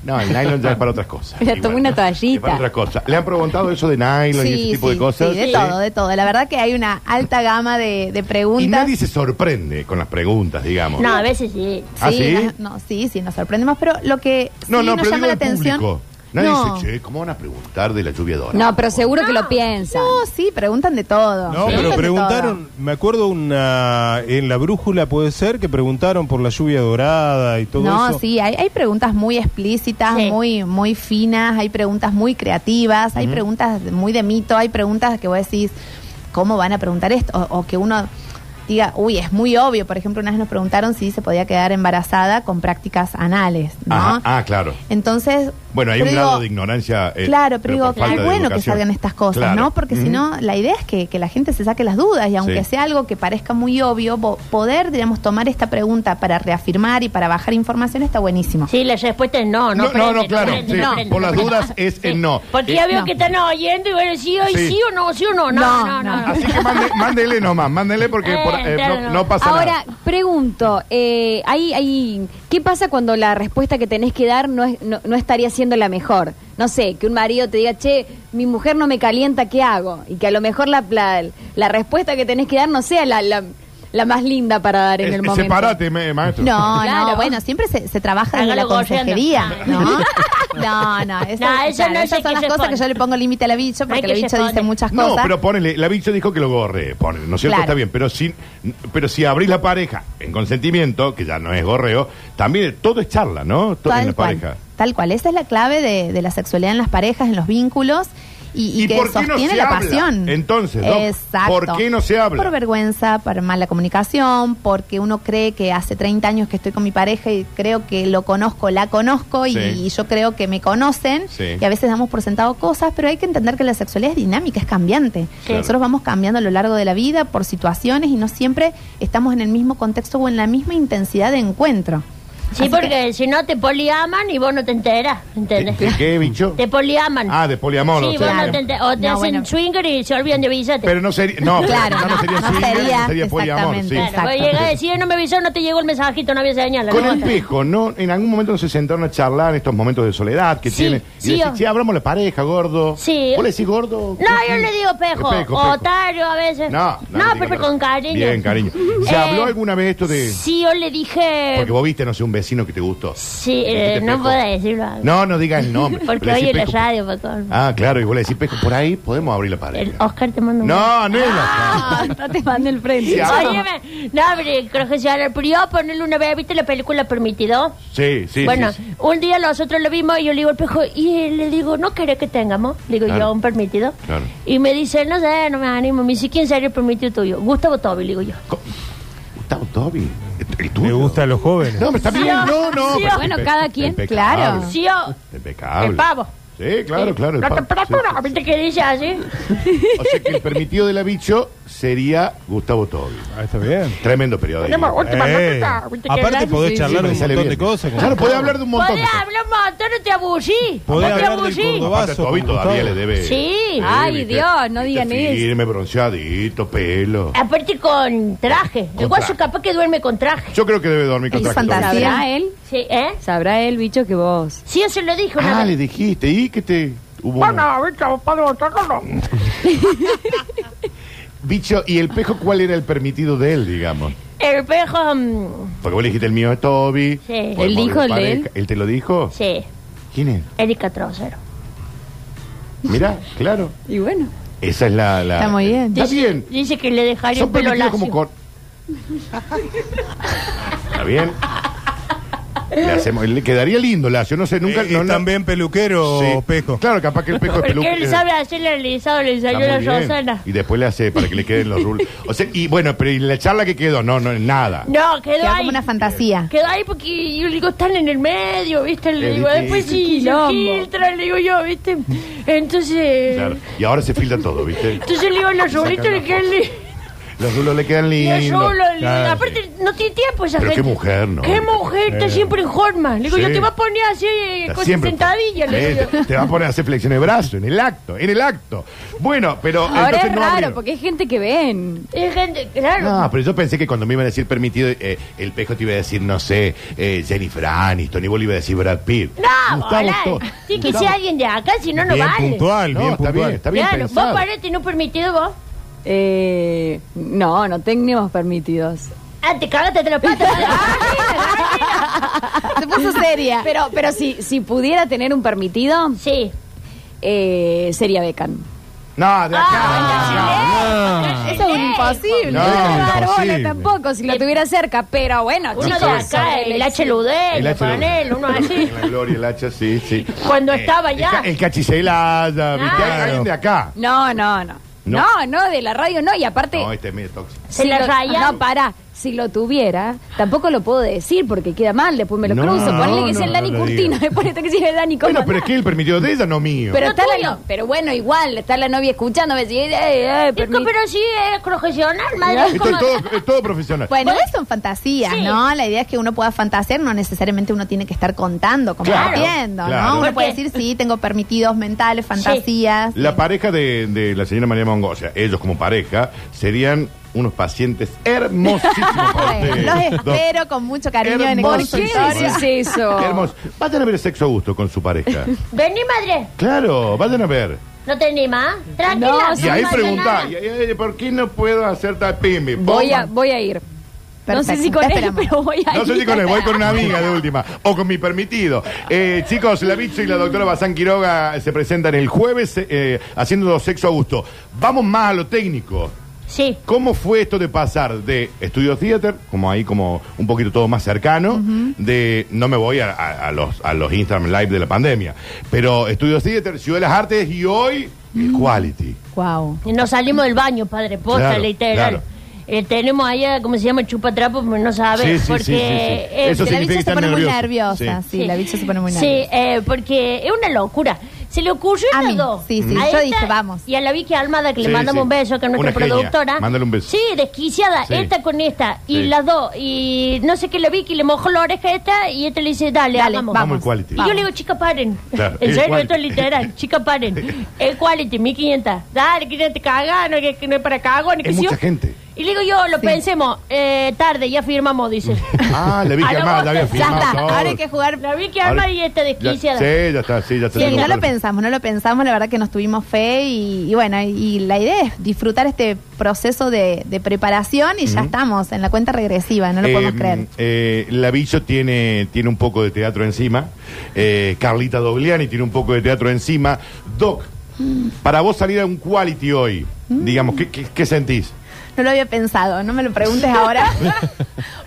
Speaker 1: No, el nylon ya es para otras cosas.
Speaker 4: Mira,
Speaker 1: Y
Speaker 4: tomé una toallita.
Speaker 1: Es para otras cosas. ¿Le han preguntado eso de nylon y ese tipo de cosas? Eh,
Speaker 2: sí, de todo, de todo. La verdad que hay una alta gama de, de
Speaker 1: Y
Speaker 2: preguntas.
Speaker 1: nadie se sorprende con las preguntas, digamos.
Speaker 3: No, a veces sí.
Speaker 1: ¿Ah, sí?
Speaker 2: nos- no, sí, sí, nos sorprendemos, pero lo que sí
Speaker 1: No, no, pero
Speaker 2: nos
Speaker 1: digo
Speaker 2: llama la
Speaker 1: al
Speaker 2: atención.
Speaker 1: público. Nadie
Speaker 2: no.
Speaker 1: dice, che, ¿cómo van a preguntar de la lluvia dorada?
Speaker 4: No, pero seguro que lo piensan.
Speaker 2: No, sí, preguntan de todo.
Speaker 5: No,
Speaker 2: Preguntan
Speaker 5: pero
Speaker 2: de
Speaker 5: preguntaron,
Speaker 2: todo.
Speaker 5: me acuerdo una en la brújula puede ser que preguntaron por la lluvia dorada y todo
Speaker 2: no,
Speaker 5: eso.
Speaker 2: sí, hay, hay preguntas muy explícitas,
Speaker 3: Sí.
Speaker 2: muy muy finas, hay preguntas muy creativas, hay preguntas muy de mito, hay preguntas que vos decís, ¿cómo van a preguntar esto? O, o que uno diga, uy, es muy obvio. Por ejemplo, una vez nos preguntaron si se podía quedar embarazada con prácticas anales, ¿no?
Speaker 1: Ajá, ah, claro.
Speaker 2: Entonces.
Speaker 1: Bueno, hay
Speaker 2: pero
Speaker 1: un grado
Speaker 2: digo,
Speaker 1: de ignorancia. eh,
Speaker 2: Claro, pero, digo,
Speaker 1: por falta
Speaker 2: qué
Speaker 1: de
Speaker 2: bueno que
Speaker 1: educación.
Speaker 2: salgan estas cosas,
Speaker 1: Claro.
Speaker 2: ¿no? Porque si
Speaker 1: Ujú.
Speaker 2: no, la idea es que, que la gente se saque las dudas y aunque
Speaker 1: Sí.
Speaker 2: sea algo que parezca muy obvio, bo- poder, digamos, tomar esta pregunta para reafirmar y para bajar información está buenísimo.
Speaker 3: Sí, la respuesta es no,
Speaker 1: No,
Speaker 3: no.
Speaker 1: no,
Speaker 3: prende,
Speaker 1: no, claro,
Speaker 3: prende,
Speaker 1: sí.
Speaker 3: prende.
Speaker 1: Por las dudas es el no.
Speaker 3: Porque
Speaker 1: Eh,
Speaker 3: ya veo
Speaker 2: no.
Speaker 3: que están oyendo y bueno, sí, hoy
Speaker 1: Sí.
Speaker 3: sí. o no, sí o no. No, no, no.
Speaker 2: No, no.
Speaker 1: Así que mande- mándele nomás, mándele porque
Speaker 3: Eh,
Speaker 1: por- eh,
Speaker 3: claro.
Speaker 1: no, no pasa
Speaker 4: Ahora,
Speaker 1: nada.
Speaker 4: pregunto, eh, hay, hay, ¿qué pasa cuando la respuesta que tenés que dar no, es- no, no estaría siendo la mejor? No sé, que un marido te diga, che, mi mujer no me calienta, ¿qué hago? Y que a lo mejor la, la, la respuesta que tenés que dar no sea la, la, la más linda para dar en
Speaker 1: Eh,
Speaker 4: el momento.
Speaker 1: Separate, me- maestro.
Speaker 2: No,
Speaker 4: Claro.
Speaker 2: no, bueno, siempre se, se trabaja desde la
Speaker 3: Hágalo gorreando.
Speaker 2: consejería,
Speaker 3: Ah.
Speaker 2: ¿no? No, no, eso,
Speaker 3: No, eso no es
Speaker 2: esas
Speaker 3: que
Speaker 2: son las
Speaker 3: se
Speaker 2: cosas
Speaker 3: pone.
Speaker 2: que yo le pongo límite a la bicho,
Speaker 3: No hay
Speaker 2: porque la
Speaker 3: que se
Speaker 2: bicho dice
Speaker 3: pone.
Speaker 2: muchas
Speaker 1: No,
Speaker 2: cosas.
Speaker 1: pero ponele, la bicho dijo que lo gorre, ponele, ¿no es cierto?
Speaker 2: Claro.
Speaker 1: Está bien, pero si, pero si abrís la pareja en consentimiento, que ya no es gorreo, también todo es charla, ¿no? Todo en la
Speaker 2: cual,
Speaker 1: pareja.
Speaker 2: Tal cual, esa es la clave de, de la sexualidad en las parejas, en los vínculos y, y
Speaker 1: ¿Y
Speaker 2: que
Speaker 1: por qué no
Speaker 2: sostiene
Speaker 1: se
Speaker 2: la
Speaker 1: habla?
Speaker 2: pasión.
Speaker 1: Entonces, Doc,
Speaker 2: Exacto.
Speaker 1: ¿por qué no se habla?
Speaker 2: Por vergüenza, por mala comunicación, porque uno cree que hace 30 años que estoy con mi pareja y creo que lo conozco, la conozco y,
Speaker 1: Sí.
Speaker 2: y yo creo que me conocen
Speaker 1: Sí.
Speaker 2: y a veces damos por sentado cosas, pero hay que entender que la sexualidad es dinámica, es cambiante.
Speaker 1: Sí.
Speaker 2: Nosotros vamos cambiando a lo largo de la vida por situaciones y no siempre estamos en el mismo contexto o en la misma intensidad de encuentro.
Speaker 3: Sí,
Speaker 2: Así
Speaker 3: porque
Speaker 2: que-
Speaker 3: si no te poliaman y vos no te enteras,
Speaker 1: ¿De,
Speaker 3: ¿entendés?
Speaker 1: de qué, bicho?
Speaker 3: Te poliaman.
Speaker 1: Ah, de poliamor.
Speaker 3: Sí,
Speaker 1: o
Speaker 3: vos
Speaker 1: sea,
Speaker 3: no te enteras. O te
Speaker 2: No,
Speaker 3: hacen
Speaker 2: bueno.
Speaker 3: swinger y se olvidan de avisarte.
Speaker 1: Pero no sería, no, pero
Speaker 2: Claro,
Speaker 1: ya no,
Speaker 2: no,
Speaker 1: sería
Speaker 2: no
Speaker 1: swinger,
Speaker 2: sería,
Speaker 1: no sería poliamor,
Speaker 2: exactamente,
Speaker 1: sí.
Speaker 3: Claro,
Speaker 2: Exacto.
Speaker 3: vos llegás a decir, no me avisó, no te llegó el mensajito, no había señal.
Speaker 1: Con
Speaker 3: ¿no?
Speaker 1: el pejo, ¿no? En algún momento no se sentaron a charlar en estos momentos de soledad que
Speaker 3: Sí,
Speaker 1: tienen.
Speaker 3: sí,
Speaker 1: y decís,
Speaker 3: o-
Speaker 1: sí, abramos la pareja, gordo.
Speaker 3: Sí.
Speaker 1: ¿Vos le decís gordo?
Speaker 3: No, yo le digo pejo.
Speaker 1: Pejo, pejo.
Speaker 3: Otario a veces.
Speaker 1: No,
Speaker 3: no,
Speaker 1: le digo
Speaker 3: pero
Speaker 1: nada.
Speaker 3: con cariño.
Speaker 1: Bien, cariño. ¿Se
Speaker 3: Eh,
Speaker 1: habló alguna vez esto de.?
Speaker 3: Sí, yo le dije.
Speaker 1: Porque vos viste, no sé, un vecino que te gustó.
Speaker 3: Sí,
Speaker 1: Le dijiste
Speaker 3: eh, no
Speaker 1: pejo.
Speaker 3: puedo decirlo.
Speaker 1: No, no digas el nombre.
Speaker 3: Porque
Speaker 1: Le decís
Speaker 3: oye la
Speaker 1: pejo.
Speaker 3: radio, por favor.
Speaker 1: Ah, claro, y vos le decís pejo, por ahí podemos abrir la pareja.
Speaker 3: El Oscar te manda un
Speaker 1: No, no es la
Speaker 4: Ah, no te mando el
Speaker 1: Sí,
Speaker 4: frente.
Speaker 1: a-
Speaker 3: Óyeme, no, pero creo que se van al periodo, ponerle una vez, ¿viste la película Permitido?
Speaker 1: Sí, sí.
Speaker 3: bueno,
Speaker 1: sí, sí.
Speaker 3: un día nosotros lo vimos y yo le digo al pejo, y le digo, ¿no querés que tengamos? Le digo
Speaker 1: Claro.
Speaker 3: yo, un permitido.
Speaker 1: Claro.
Speaker 3: Y me dice, no sé, no me animo. Me dice, ¿quién sería el permitido tuyo? Gustavo Tobi, le digo yo.
Speaker 1: Co- Gustavo Tobi. ¿El tuyo?
Speaker 5: Me gustan los jóvenes.
Speaker 1: No, pero está bien. No, no.
Speaker 3: Sí,
Speaker 1: pero
Speaker 4: bueno,
Speaker 1: impe-
Speaker 4: cada quien,
Speaker 1: impecable.
Speaker 2: claro.
Speaker 3: Sí, yo.
Speaker 1: Impecable.
Speaker 3: El pavo.
Speaker 1: Sí, claro, claro. el
Speaker 3: No te
Speaker 1: pavo. Sí,
Speaker 3: preocupes,
Speaker 1: sí,
Speaker 3: ¿viste que dice así?
Speaker 1: sí. O sea que el permitido de la bicho sería Gustavo Tobi.
Speaker 5: Ah, está bien.
Speaker 1: Tremendo periodista.
Speaker 3: Tenemos última
Speaker 5: Eh,
Speaker 3: nota, ¿viste que
Speaker 5: aparte
Speaker 3: gracias?
Speaker 5: podés
Speaker 4: Sí,
Speaker 5: charlar un montón de cosas. con-
Speaker 1: Claro, puede hablar de un montón de
Speaker 3: Podés
Speaker 1: cosas.
Speaker 3: hablar un montón, no te aburrí. no
Speaker 5: Podés
Speaker 3: te
Speaker 5: hablar del
Speaker 3: aburrí.
Speaker 5: Córdoba.
Speaker 1: Aparte,
Speaker 5: Vaso,
Speaker 1: Toby
Speaker 5: como
Speaker 1: todavía
Speaker 5: todo.
Speaker 1: le debe.
Speaker 3: Sí.
Speaker 4: Ay,
Speaker 1: viste,
Speaker 4: Dios, no
Speaker 1: viste,
Speaker 4: digan eso.
Speaker 1: Firme, bronceadito, pelo.
Speaker 3: Aparte con traje.
Speaker 1: Con
Speaker 3: El guaso
Speaker 1: traje.
Speaker 3: capaz que duerme con traje.
Speaker 1: Yo creo que debe dormir con
Speaker 2: Es
Speaker 1: traje.
Speaker 2: fantasía.
Speaker 1: Toby.
Speaker 4: ¿Sabrá él?
Speaker 3: Sí, ¿eh?
Speaker 4: ¿Sabrá él, bicho, que vos?
Speaker 3: Sí, yo se lo dije una
Speaker 1: Ah,
Speaker 3: vez.
Speaker 1: le dijiste. ¿Y que te hubo una- Bicho, ¿y el pejo cuál era el permitido de él, digamos?
Speaker 3: El pejo. mm,
Speaker 1: Porque vos le dijiste el mío es Toby. podemos
Speaker 4: ¿Él dijo
Speaker 1: abrir
Speaker 4: el de él?
Speaker 1: pareja. te lo dijo?
Speaker 3: sí,
Speaker 1: ¿Quién es?
Speaker 3: Erika Trocero.
Speaker 1: Mirá, claro.
Speaker 4: Y bueno.
Speaker 1: Esa es la... la-
Speaker 2: Está muy bien.
Speaker 1: Está bien.
Speaker 3: Dice que le dejaría
Speaker 1: Son
Speaker 3: el pelo
Speaker 1: permitidos
Speaker 3: lacio.
Speaker 1: como con... Está bien. Le, hacemos, le quedaría lindo lacio. No sé, nunca...
Speaker 5: Eh,
Speaker 1: no, no-
Speaker 5: también peluquero
Speaker 1: Sí.
Speaker 5: pejo.
Speaker 1: Claro, capaz que el pejo es
Speaker 3: Porque
Speaker 1: peluca.
Speaker 3: él sabe hacerle el alisado, le
Speaker 1: Está
Speaker 3: enseñó
Speaker 1: muy
Speaker 3: la
Speaker 1: bien.
Speaker 3: Rosana.
Speaker 1: Y después le hace para que le queden los rulos. O sea, y bueno, pero ¿y la charla que quedó? No, no, nada.
Speaker 3: No, quedó
Speaker 2: Queda
Speaker 3: ahí.
Speaker 2: como una fantasía.
Speaker 3: Quedó ahí porque yo le digo, están en el medio, ¿viste? Le
Speaker 1: Es
Speaker 3: digo,
Speaker 1: difícil.
Speaker 3: después sí, se
Speaker 4: Quilombo.
Speaker 3: filtra, le digo yo, ¿viste? Entonces.
Speaker 1: Claro. Y ahora se filtra todo, ¿viste?
Speaker 3: Entonces le digo, los
Speaker 1: Sacan
Speaker 3: rulitos
Speaker 1: la
Speaker 3: le quedan. li-
Speaker 1: Los rulos le quedan
Speaker 3: Y
Speaker 1: lindos.
Speaker 3: el solo, el-
Speaker 5: claro,
Speaker 3: aparte
Speaker 5: sí.
Speaker 3: no tiene tiempo esa
Speaker 1: Pero qué
Speaker 3: gente.
Speaker 1: mujer, ¿no?
Speaker 3: Qué mujer, está
Speaker 5: Eh.
Speaker 3: siempre en forma. Le digo,
Speaker 1: Sí.
Speaker 3: yo te voy a poner así eh,
Speaker 1: Está
Speaker 3: con
Speaker 1: siempre-
Speaker 3: sentadilla, le
Speaker 1: Eh,
Speaker 3: digo.
Speaker 1: te, te va a poner a hacer flexión de brazo en el acto, en el acto. Bueno, pero
Speaker 4: Ahora
Speaker 1: entonces
Speaker 4: es
Speaker 1: no
Speaker 4: raro,
Speaker 1: abrieron.
Speaker 4: porque hay gente que ven.
Speaker 3: Es gente, claro.
Speaker 1: No, pero yo pensé que cuando me iban a decir permitido, eh, el pejo te iba a decir, no sé, eh, Jennifer Aniston, y vos le iba a decir Brad Pitt.
Speaker 3: No,
Speaker 1: Gustavo,
Speaker 3: volá.
Speaker 1: todo.
Speaker 3: Sí, que
Speaker 1: Gustavo.
Speaker 3: sea alguien de acá, si no, no
Speaker 5: bien
Speaker 3: vale.
Speaker 5: puntual,
Speaker 1: No,
Speaker 5: bien
Speaker 1: está
Speaker 5: puntual.
Speaker 1: bien, está bien
Speaker 3: claro,
Speaker 1: pensado.
Speaker 3: vos parate, no permitido vos.
Speaker 4: Eh, no, no tenemos permitidos.
Speaker 3: Ah, te cagaste de la pata. Ah, mira, ah, mira.
Speaker 2: Se puso seria.
Speaker 4: Pero, pero si, si pudiera tener un permitido,
Speaker 3: Sí.
Speaker 4: eh, sería Beckham.
Speaker 1: No, de acá.
Speaker 3: Ah,
Speaker 2: Eso es un imposible.
Speaker 1: No,
Speaker 4: No, no,
Speaker 1: imposible.
Speaker 4: dar bola tampoco, si lo tuviera cerca, pero bueno,
Speaker 3: Uno
Speaker 4: chicos.
Speaker 3: de acá, el H. Ludel,
Speaker 1: El
Speaker 3: el
Speaker 1: H.
Speaker 3: Panel, uno así.
Speaker 1: La gloria, el hacha, sí, sí. Eh,
Speaker 3: Cuando estaba
Speaker 1: el
Speaker 3: ya.
Speaker 1: ca- El cachicelaya, ¿viste?
Speaker 3: Claro.
Speaker 1: Alguien de acá.
Speaker 4: No, no, no.
Speaker 1: No.
Speaker 4: No. no, de la radio no, y aparte...
Speaker 1: No, este es medio tóxico.
Speaker 3: Se la
Speaker 4: lo-
Speaker 3: rayan.
Speaker 4: No, pará. Si lo tuviera, tampoco lo puedo decir porque queda mal, después me lo
Speaker 1: No,
Speaker 4: cruzo. Ponle que
Speaker 1: no,
Speaker 4: sea el
Speaker 1: no
Speaker 4: Dani
Speaker 1: lo
Speaker 4: Curtino,
Speaker 1: digas.
Speaker 4: después está que sea el Dani
Speaker 1: Bueno,
Speaker 4: Comandante.
Speaker 1: pero es que él permitió de ella, no mío.
Speaker 4: Pero, está la
Speaker 3: tuyo.
Speaker 4: no- pero bueno, igual, está la novia escuchando, me dice, eh, eh,
Speaker 3: Chico,
Speaker 4: permit-
Speaker 3: pero sí es profesional, madre.
Speaker 1: Esto
Speaker 3: ¿cómo?
Speaker 1: es todo, es todo profesional.
Speaker 2: Bueno, esas son fantasías,
Speaker 3: Sí.
Speaker 2: ¿no? La idea es que uno pueda fantasear, no necesariamente uno tiene que estar contando,
Speaker 1: Claro,
Speaker 2: compartiendo,
Speaker 1: claro.
Speaker 2: ¿no? Uno
Speaker 3: Porque-
Speaker 2: puede decir, sí, tengo permitidos mentales, fantasías.
Speaker 1: La pareja de, de la señora María Mongoya, ellos como pareja, serían unos pacientes hermosísimos para
Speaker 2: Bueno,
Speaker 1: ustedes.
Speaker 2: los
Speaker 1: Dos.
Speaker 2: espero con mucho cariño en el
Speaker 1: Hermosos.
Speaker 4: ¿Por qué
Speaker 2: consultorio.
Speaker 1: Sí,
Speaker 4: decís eso?
Speaker 1: Hermoso. Vayan a ver el sexo a gusto con su pareja.
Speaker 3: Vení, madre.
Speaker 1: Claro, vayan a ver.
Speaker 3: No te animas. Tranquila.
Speaker 4: No,
Speaker 1: Y ahí
Speaker 3: pasa
Speaker 1: preguntá,
Speaker 3: nada.
Speaker 1: y ahí, eh, ¿por qué no puedo hacer tal pimbi?
Speaker 4: Voy a,
Speaker 1: Pum.
Speaker 4: voy a ir. No sé
Speaker 2: Perfecto,
Speaker 4: si con
Speaker 2: te
Speaker 4: él,
Speaker 2: esperamos.
Speaker 4: pero voy a ir.
Speaker 1: No sé si con él, voy con una amiga de última, o con mi permitido. Eh, chicos, la Bicho y la doctora Bazán Quiroga se presentan el jueves eh, haciendo sexo a gusto. Vamos más a lo técnico.
Speaker 3: Sí.
Speaker 1: ¿Cómo fue esto de pasar de estudio theater, como ahí como un poquito todo más cercano, de no me voy a, a- a los a los Instagram Live de la pandemia, pero estudio theater, Ciudad de las Artes y hoy el
Speaker 2: Mm.
Speaker 1: Quality.
Speaker 2: Guau.
Speaker 3: Y Nos salimos del baño, padre, posta,
Speaker 1: Claro,
Speaker 3: literal.
Speaker 1: claro.
Speaker 3: Eh, tenemos allá, ¿cómo se llama? Chupatrapo, pero no sabe.
Speaker 1: Sí, sí, sí,
Speaker 3: porque,
Speaker 1: sí, sí.
Speaker 3: eh,
Speaker 1: Eso
Speaker 2: Que la
Speaker 1: significa que
Speaker 2: bicha se
Speaker 1: están
Speaker 2: pone muy
Speaker 1: nerviosos.
Speaker 2: nerviosa.
Speaker 1: Sí.
Speaker 2: Sí. la bicha se pone muy
Speaker 3: Sí,
Speaker 2: nerviosa.
Speaker 3: eh, porque es una locura. Se le ocurrió
Speaker 2: A
Speaker 3: las
Speaker 2: mí,
Speaker 3: dos.
Speaker 2: sí, sí,
Speaker 3: A
Speaker 2: yo
Speaker 3: esta
Speaker 2: dije, vamos.
Speaker 3: Y a la Vicky Almada, que
Speaker 1: Sí,
Speaker 3: le mandamos
Speaker 1: sí.
Speaker 3: un beso, que es nuestra
Speaker 1: Una genia.
Speaker 3: productora.
Speaker 1: Mándale un beso.
Speaker 3: Sí, desquiciada,
Speaker 1: Sí.
Speaker 3: esta con esta. Y
Speaker 1: Sí.
Speaker 3: las dos. Y no sé qué, la Vicky le mojó la oreja a esta y esta le dice, dale,
Speaker 2: Dale,
Speaker 3: hagamos.
Speaker 1: Vamos al Quality.
Speaker 3: Y yo le digo, chica, paren.
Speaker 1: Claro,
Speaker 3: en
Speaker 1: el
Speaker 3: serio,
Speaker 1: quality.
Speaker 3: esto es literal. Chica, paren. El quality, 1500. Dale, que no te cagas, no, que, que no es para cagones. que
Speaker 1: Es
Speaker 3: sí
Speaker 1: mucha
Speaker 3: o-
Speaker 1: gente.
Speaker 3: Y le digo yo, lo
Speaker 2: Sí.
Speaker 3: pensemos. eh, tarde, ya firmamos, dice.
Speaker 1: Ah, la vi
Speaker 3: A
Speaker 1: que
Speaker 3: lo
Speaker 1: Armada la había
Speaker 3: vos-
Speaker 2: Ya
Speaker 1: firmado.
Speaker 2: está,
Speaker 1: todo.
Speaker 2: ahora hay que jugar.
Speaker 3: La Vicky
Speaker 1: Ahora-
Speaker 3: Almada y esta
Speaker 1: Ya- sí,
Speaker 3: desquiciada.
Speaker 1: ya está, sí, ya está.
Speaker 2: Sí,
Speaker 1: tengo
Speaker 2: no lo
Speaker 1: claro.
Speaker 2: pensamos, no lo pensamos, la verdad que nos tuvimos fe y, y bueno, y, y la idea es disfrutar este proceso de, de preparación y ya estamos en la cuenta regresiva, no lo podemos
Speaker 1: Eh,
Speaker 2: creer.
Speaker 1: eh, Lavillo tiene, tiene un poco de teatro encima. Eh, Carlita Dogliani tiene un poco de teatro encima. Doc,
Speaker 2: Mm.
Speaker 1: para vos salir a un quality hoy, digamos, ¿qué, qué, qué sentís?
Speaker 2: No lo había pensado, no me lo preguntes ahora,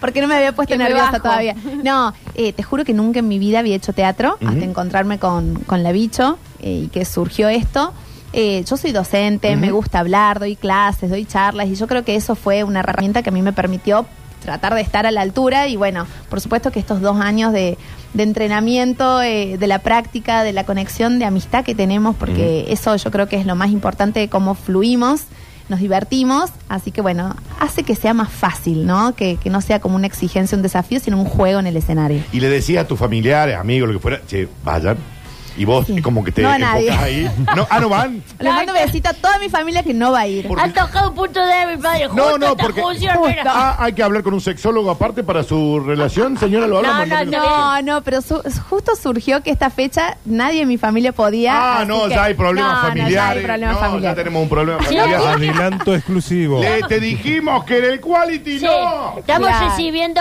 Speaker 2: porque no me había puesto
Speaker 4: Que me
Speaker 2: nerviosa
Speaker 4: bajo.
Speaker 2: todavía. No, eh, te juro que nunca en mi vida había hecho teatro, hasta encontrarme con, con la bicho eh, y que surgió esto. Eh, yo soy docente, me gusta hablar, doy clases, doy charlas y yo creo que eso fue una herramienta que a mí me permitió tratar de estar a la altura y bueno, por supuesto que estos dos años de, de entrenamiento, eh, de la práctica, de la conexión, de amistad que tenemos, porque eso yo creo que es lo más importante, de cómo fluimos, nos divertimos, así que bueno, hace que sea más fácil, ¿no? Que, que no sea como una exigencia, un desafío, sino un juego en el escenario.
Speaker 1: Y le decías a tus familiares, amigos, lo que fuera, che, vayan. Y vos
Speaker 2: Sí.
Speaker 1: como que te
Speaker 2: No a
Speaker 1: enfocás
Speaker 2: nadie.
Speaker 1: ahí. No, ah, no van.
Speaker 2: Le mando un besito a toda mi familia que no va a ir.
Speaker 1: Por-
Speaker 3: Han tocado un punto débil, padre.
Speaker 1: No,
Speaker 3: Justo
Speaker 1: no,
Speaker 3: esta
Speaker 1: porque
Speaker 3: función, mira.
Speaker 1: Ah, hay que hablar con un sexólogo aparte para su relación, señora, lo habla.
Speaker 3: No,
Speaker 1: Mandame-
Speaker 3: no,
Speaker 2: No, no, pero su- justo surgió que esta fecha nadie en mi familia podía.
Speaker 1: Ah,
Speaker 2: así
Speaker 1: no,
Speaker 2: que-
Speaker 1: ya hay problemas
Speaker 2: No, no,
Speaker 1: familiares.
Speaker 2: ya hay problemas
Speaker 1: No, ya
Speaker 2: familiares.
Speaker 1: tenemos un problema
Speaker 3: Sí.
Speaker 1: familiar.
Speaker 5: Adelanto exclusivo.
Speaker 1: Le- te dijimos que en el quality
Speaker 3: Sí,
Speaker 1: no.
Speaker 3: estamos
Speaker 2: Claro.
Speaker 3: recibiendo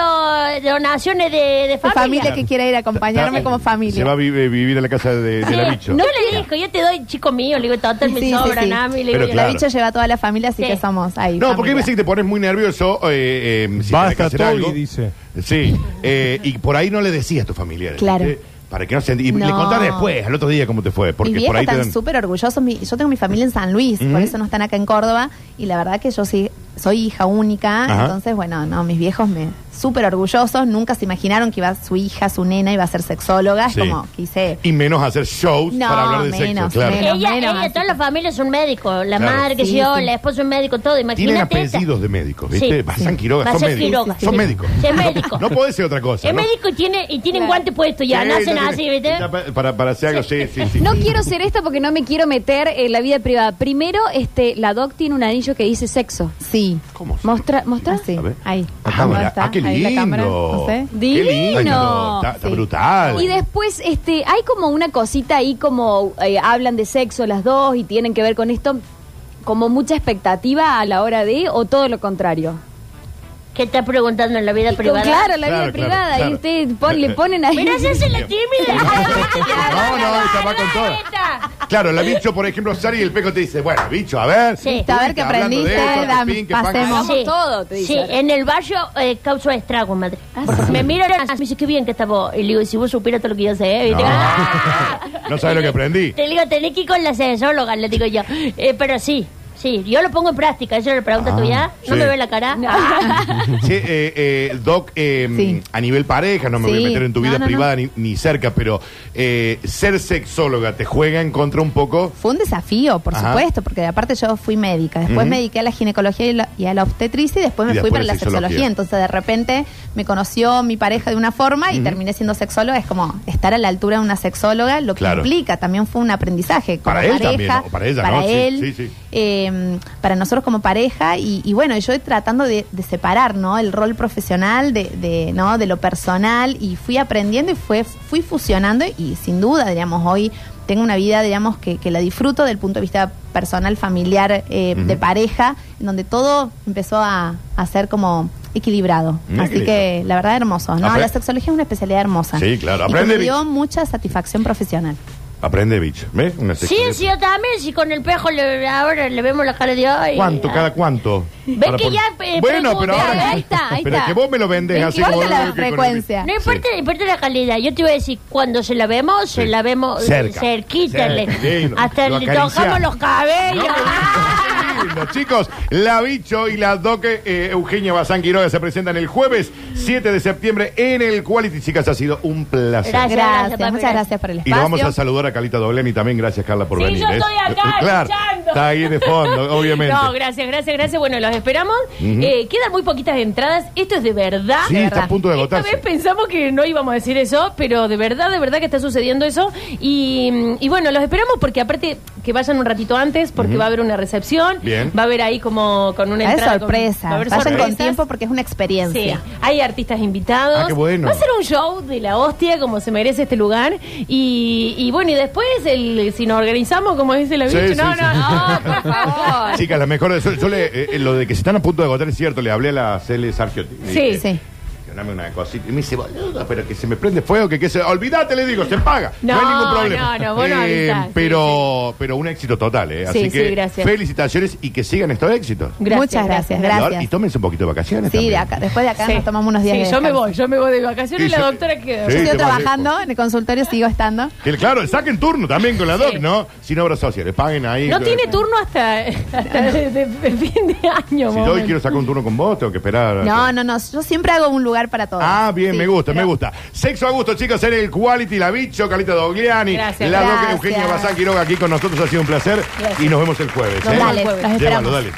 Speaker 3: donaciones de, de
Speaker 2: Tu
Speaker 3: familia.
Speaker 2: familia que quiera ir a acompañarme
Speaker 1: Está-
Speaker 2: como
Speaker 1: Se va a
Speaker 2: familia.
Speaker 1: vi- eh, vivir a la casa de, de
Speaker 3: Sí,
Speaker 1: la bicho.
Speaker 3: No le dijo, yo te doy chico mío, le digo, total, me
Speaker 2: Sí, sí,
Speaker 3: sobra,
Speaker 2: sí.
Speaker 3: nada, me le
Speaker 1: Pero
Speaker 3: digo,
Speaker 1: claro.
Speaker 2: La bicha lleva a toda la familia, así
Speaker 3: Sí.
Speaker 2: que somos ahí.
Speaker 1: No, porque hay
Speaker 2: familia.
Speaker 1: veces que te pones muy nervioso. eh, eh, si
Speaker 5: Basta,
Speaker 1: tenés que hacer
Speaker 5: Toby,
Speaker 1: algo.
Speaker 5: dice.
Speaker 1: Sí, eh, y por ahí no le decías a tus familiares.
Speaker 2: Claro.
Speaker 1: ¿viste? Para que no se ent- Y
Speaker 2: No.
Speaker 1: le contás después, al otro día, cómo te fue. Porque
Speaker 2: Mis
Speaker 1: por
Speaker 2: viejos
Speaker 1: ahí te
Speaker 2: están
Speaker 1: dan.
Speaker 2: súper orgullosos. Mi- yo tengo mi familia en San Luis, por eso no están acá en Córdoba. Y la verdad que yo sí soy hija única,
Speaker 1: Ajá.
Speaker 2: entonces, bueno, no, mis viejos me súper orgullosos, nunca se imaginaron que iba su hija, su nena, iba a ser sexóloga,
Speaker 1: Sí.
Speaker 2: es como quise...
Speaker 1: Y menos hacer shows
Speaker 2: No,
Speaker 1: para hablar de
Speaker 2: menos,
Speaker 1: sexo, claro.
Speaker 2: menos.
Speaker 3: ella,
Speaker 2: menos,
Speaker 3: ella,
Speaker 2: así
Speaker 3: toda la familia es un médico. La
Speaker 1: Claro.
Speaker 3: madre, que
Speaker 2: Sí,
Speaker 3: yo,
Speaker 2: sí.
Speaker 3: la esposa es un médico, todo.
Speaker 1: Tienen
Speaker 3: Imagínate. esta.
Speaker 1: apellidos de médicos, ¿viste?
Speaker 3: Sí.
Speaker 1: Bazán Quiroga,
Speaker 3: Bazán
Speaker 1: son médicos.
Speaker 3: Quiroga,
Speaker 1: Son
Speaker 3: sí.
Speaker 1: médicos.
Speaker 3: Sí, es
Speaker 1: No-
Speaker 3: médico.
Speaker 1: No puede ser otra cosa.
Speaker 3: Es
Speaker 1: ¿no?
Speaker 3: médico y tiene, y tienen
Speaker 4: Claro.
Speaker 3: guante puesto, ya
Speaker 1: Sí,
Speaker 3: nacen
Speaker 1: no tiene-
Speaker 3: así, ¿viste?
Speaker 1: está pa- Para, para hacer algo, sí, sí, sí.
Speaker 4: No quiero ser esta porque no me quiero meter en la vida privada. Primero, este, la doc tiene un anillo que dice sexo.
Speaker 2: Sí.
Speaker 1: ¿Cómo? se-
Speaker 4: Mostra, mostra.
Speaker 2: Ah, sí.
Speaker 1: A ver.
Speaker 2: Ahí.
Speaker 1: Ah,
Speaker 2: ¿Cómo
Speaker 1: mira,
Speaker 2: está?
Speaker 1: ah, qué
Speaker 2: Ahí la cámara,
Speaker 1: lindo.
Speaker 2: no sé.
Speaker 1: Qué
Speaker 4: Divino.
Speaker 1: lindo. Está, está
Speaker 2: Sí.
Speaker 1: brutal.
Speaker 4: Y después, este, hay como una cosita ahí como eh, hablan de sexo las dos y tienen que ver con esto, como mucha expectativa a la hora de o todo lo contrario.
Speaker 3: ¿Qué estás preguntando en la vida
Speaker 4: Y con-
Speaker 3: privada?
Speaker 4: Claro, la
Speaker 1: Claro, claro,
Speaker 4: vida privada.
Speaker 1: claro.
Speaker 4: Y ustedes pon- le ponen ahí.
Speaker 3: Mirá, se hace la tímida.
Speaker 1: No, no, esa va con toda.
Speaker 3: Esta.
Speaker 1: Claro, la bicho, por ejemplo, sale y el peco te dice, bueno, bicho, a ver.
Speaker 3: Sí.
Speaker 1: estuviste
Speaker 2: A ver qué
Speaker 1: hablando de
Speaker 2: aprendiste,
Speaker 1: esto, que
Speaker 2: dame,
Speaker 1: pin, que pan, que-
Speaker 2: pasemos.
Speaker 4: Hagamos todo, te dice
Speaker 3: Sí,
Speaker 4: ahora. Ah,
Speaker 3: en el barrio eh, causó estrago, madre. Me miran así, me dice, qué bien que estás vos. Y le digo, "Y si vos supieras todo lo que yo sé, ¿eh?". ¿viste?
Speaker 1: No.
Speaker 3: ¡Ah!
Speaker 1: No sabes lo que aprendí.
Speaker 3: Te digo, tenés que ir con la sexóloga, le digo yo. Eh, pero sí, sí, yo lo pongo en práctica. Esa era la pregunta
Speaker 1: Ah,
Speaker 3: tuya. No
Speaker 1: sí.
Speaker 3: me ve la cara. Ah,
Speaker 1: Sí, eh, eh, Doc, eh,
Speaker 2: Sí.
Speaker 1: a nivel pareja, no me
Speaker 2: Sí.
Speaker 1: voy a meter en tu
Speaker 2: No,
Speaker 1: vida
Speaker 2: no, no.
Speaker 1: privada Ni, ni cerca, pero eh, ser sexóloga te juega en contra un poco.
Speaker 2: Fue un desafío, por
Speaker 1: Ajá.
Speaker 2: supuesto, porque aparte yo fui médica. Después
Speaker 1: Ujú.
Speaker 2: me dediqué a la ginecología y, la- y a la obstetricia y después
Speaker 1: Y
Speaker 2: me
Speaker 1: después
Speaker 2: fui para
Speaker 1: la
Speaker 2: la
Speaker 1: sexología.
Speaker 2: sexología. Entonces de repente me conoció mi pareja de una forma y terminé siendo sexóloga. Es como estar a la altura de una sexóloga, lo que
Speaker 1: Claro.
Speaker 2: implica. También fue un aprendizaje. como
Speaker 1: Para él también, ¿no? O para ella, ¿no? Sí,
Speaker 2: él,
Speaker 1: sí, sí.
Speaker 2: eh, para nosotros como pareja. Y, y bueno, yo tratando de, de separar ¿no? el rol profesional de, de, ¿no? de lo personal y fui aprendiendo y fue, fui fusionando y sin duda, digamos, hoy tengo una vida, digamos, que, que la disfruto del punto de vista personal, familiar, eh,
Speaker 1: Ujú.
Speaker 2: de pareja, en donde todo empezó a, a ser como equilibrado.
Speaker 1: Mira qué
Speaker 2: Así que la verdad hermoso, ¿no?
Speaker 1: Apre-
Speaker 2: La sexología es una especialidad hermosa.
Speaker 1: Sí, claro.
Speaker 2: Y que
Speaker 1: Aprende,
Speaker 2: me dio
Speaker 1: Vicky.
Speaker 2: mucha satisfacción profesional.
Speaker 1: Aprende, bicho. ¿Ves? Una
Speaker 3: Sí,
Speaker 1: sexóloga.
Speaker 3: sí, yo también. Si con el pejo le- ahora le vemos la cara de hoy.
Speaker 1: ¿Cuánto? ¿Cada cuánto?
Speaker 3: Ven
Speaker 1: Para
Speaker 3: que ya, eh,
Speaker 1: bueno,
Speaker 3: pregunta,
Speaker 1: pero ahora.
Speaker 4: ahí está, ahí
Speaker 1: pero
Speaker 4: está.
Speaker 1: que vos me lo vendés
Speaker 2: Me
Speaker 1: así
Speaker 2: importa
Speaker 1: como.
Speaker 2: la
Speaker 1: que con el-
Speaker 2: frecuencia.
Speaker 3: No importa, importa la calidad. Yo te iba a decir, cuando se la vemos, se la vemos eh,
Speaker 1: Cerca.
Speaker 3: cerquita. le-
Speaker 1: Cerca, lindo.
Speaker 3: hasta
Speaker 1: Lo
Speaker 3: le
Speaker 1: acariciás.
Speaker 3: tocamos los cabellos.
Speaker 1: Qué lindo, Chicos, la Bicho y la Doque eh, Eugenia Bazán Quiroga se presentan el jueves 7 de septiembre en el Quality. Chicas, ha sido un placer.
Speaker 3: Gracias, gracias, papi,
Speaker 2: muchas
Speaker 3: gracias.
Speaker 2: gracias por el
Speaker 1: Y
Speaker 2: espacio.
Speaker 1: lo vamos a saludar a Calita Dobleni también. Gracias, Carla, por
Speaker 6: Sí,
Speaker 1: venir.
Speaker 6: yo
Speaker 1: ¿eh?
Speaker 6: estoy acá,
Speaker 1: Claro,
Speaker 6: escuchando.
Speaker 1: está ahí de fondo, obviamente.
Speaker 6: No, gracias, gracias, gracias. Bueno, los esperamos.
Speaker 1: Ujú.
Speaker 6: Eh, quedan muy poquitas entradas. Esto es de verdad.
Speaker 1: Sí,
Speaker 6: De
Speaker 1: está
Speaker 6: verdad.
Speaker 1: a punto de agotarse.
Speaker 6: Esta vez pensamos que no íbamos a decir eso, pero de verdad, de verdad que está sucediendo eso. Y, y bueno, los esperamos porque aparte que vayan un ratito antes, porque va a haber una recepción.
Speaker 1: Bien.
Speaker 6: Va a haber ahí como con una
Speaker 2: Va a haber
Speaker 6: entrada. con-
Speaker 2: sorpresa.
Speaker 6: va a haber
Speaker 2: Vayan con
Speaker 6: sorpresas.
Speaker 2: tiempo porque es una
Speaker 6: Sí,
Speaker 2: experiencia.
Speaker 6: hay artistas invitados.
Speaker 1: Ah, qué bueno.
Speaker 6: Va a ser un show de la hostia, como se merece este lugar. Y, y bueno, y después, el, si nos organizamos, como dice la
Speaker 1: Sí,
Speaker 6: bicho,
Speaker 1: sí,
Speaker 6: no,
Speaker 1: sí.
Speaker 6: no, no, por favor.
Speaker 1: Chicas, las mejores. Yo, yo le- eh, eh, lo de que se están a punto de agotar es cierto. Le hablé a la Cele eh, Sargiotti. Le
Speaker 6: Sí,
Speaker 1: dije,
Speaker 2: sí.
Speaker 1: "Que dame una cosita. Y me dice, boludo, pero que se me prende fuego, que, que se. Olvídate, le digo, se paga.
Speaker 6: No,
Speaker 1: No, hay ningún problema. Eh,
Speaker 6: no, no, vos no avisás, sí,
Speaker 1: pero, pero un éxito total, ¿eh? Así
Speaker 6: Sí, sí,
Speaker 1: que
Speaker 6: gracias.
Speaker 1: felicitaciones y que sigan estos éxitos.
Speaker 2: Muchas gracias,
Speaker 1: Y
Speaker 2: gracias.
Speaker 1: ahora- Y tómense un poquito de vacaciones.
Speaker 2: Sí,
Speaker 1: también.
Speaker 2: de acá- después de acá
Speaker 6: Sí.
Speaker 2: nos tomamos unos días
Speaker 6: Sí,
Speaker 2: de
Speaker 6: yo me
Speaker 2: descanso.
Speaker 6: voy, yo me voy de vacaciones
Speaker 1: Sí,
Speaker 6: y la
Speaker 1: sí.
Speaker 6: doctora queda.
Speaker 1: Sí,
Speaker 2: Yo
Speaker 1: qué
Speaker 2: sigo
Speaker 1: manejo.
Speaker 2: trabajando en el consultorio, sigo estando.
Speaker 1: Que, claro, saquen turno también con la doc,
Speaker 6: Sí.
Speaker 1: ¿no? Sin obras sociales. Paguen ahí.
Speaker 6: No
Speaker 1: Eh,
Speaker 6: tiene turno hasta, hasta de- de- de fin de año.
Speaker 1: Si yo hoy
Speaker 6: momento.
Speaker 1: quiero sacar un turno con vos, tengo que esperar.
Speaker 2: No, no, no. Yo siempre hago un lugar para todos.
Speaker 1: Ah, bien,
Speaker 2: Sí,
Speaker 1: me gusta,
Speaker 2: pero-
Speaker 1: me gusta. Sexo a gusto, chicos, en el Quality, la Bicho, Calita Dogliani,
Speaker 6: Gracias.
Speaker 1: la Doc
Speaker 2: Gracias.
Speaker 1: Eugenia Bazán Quiroga aquí con nosotros, ha sido un placer. Y nos vemos el jueves.
Speaker 2: Dale, nos
Speaker 1: Llévalo,
Speaker 2: esperamos.
Speaker 1: dale.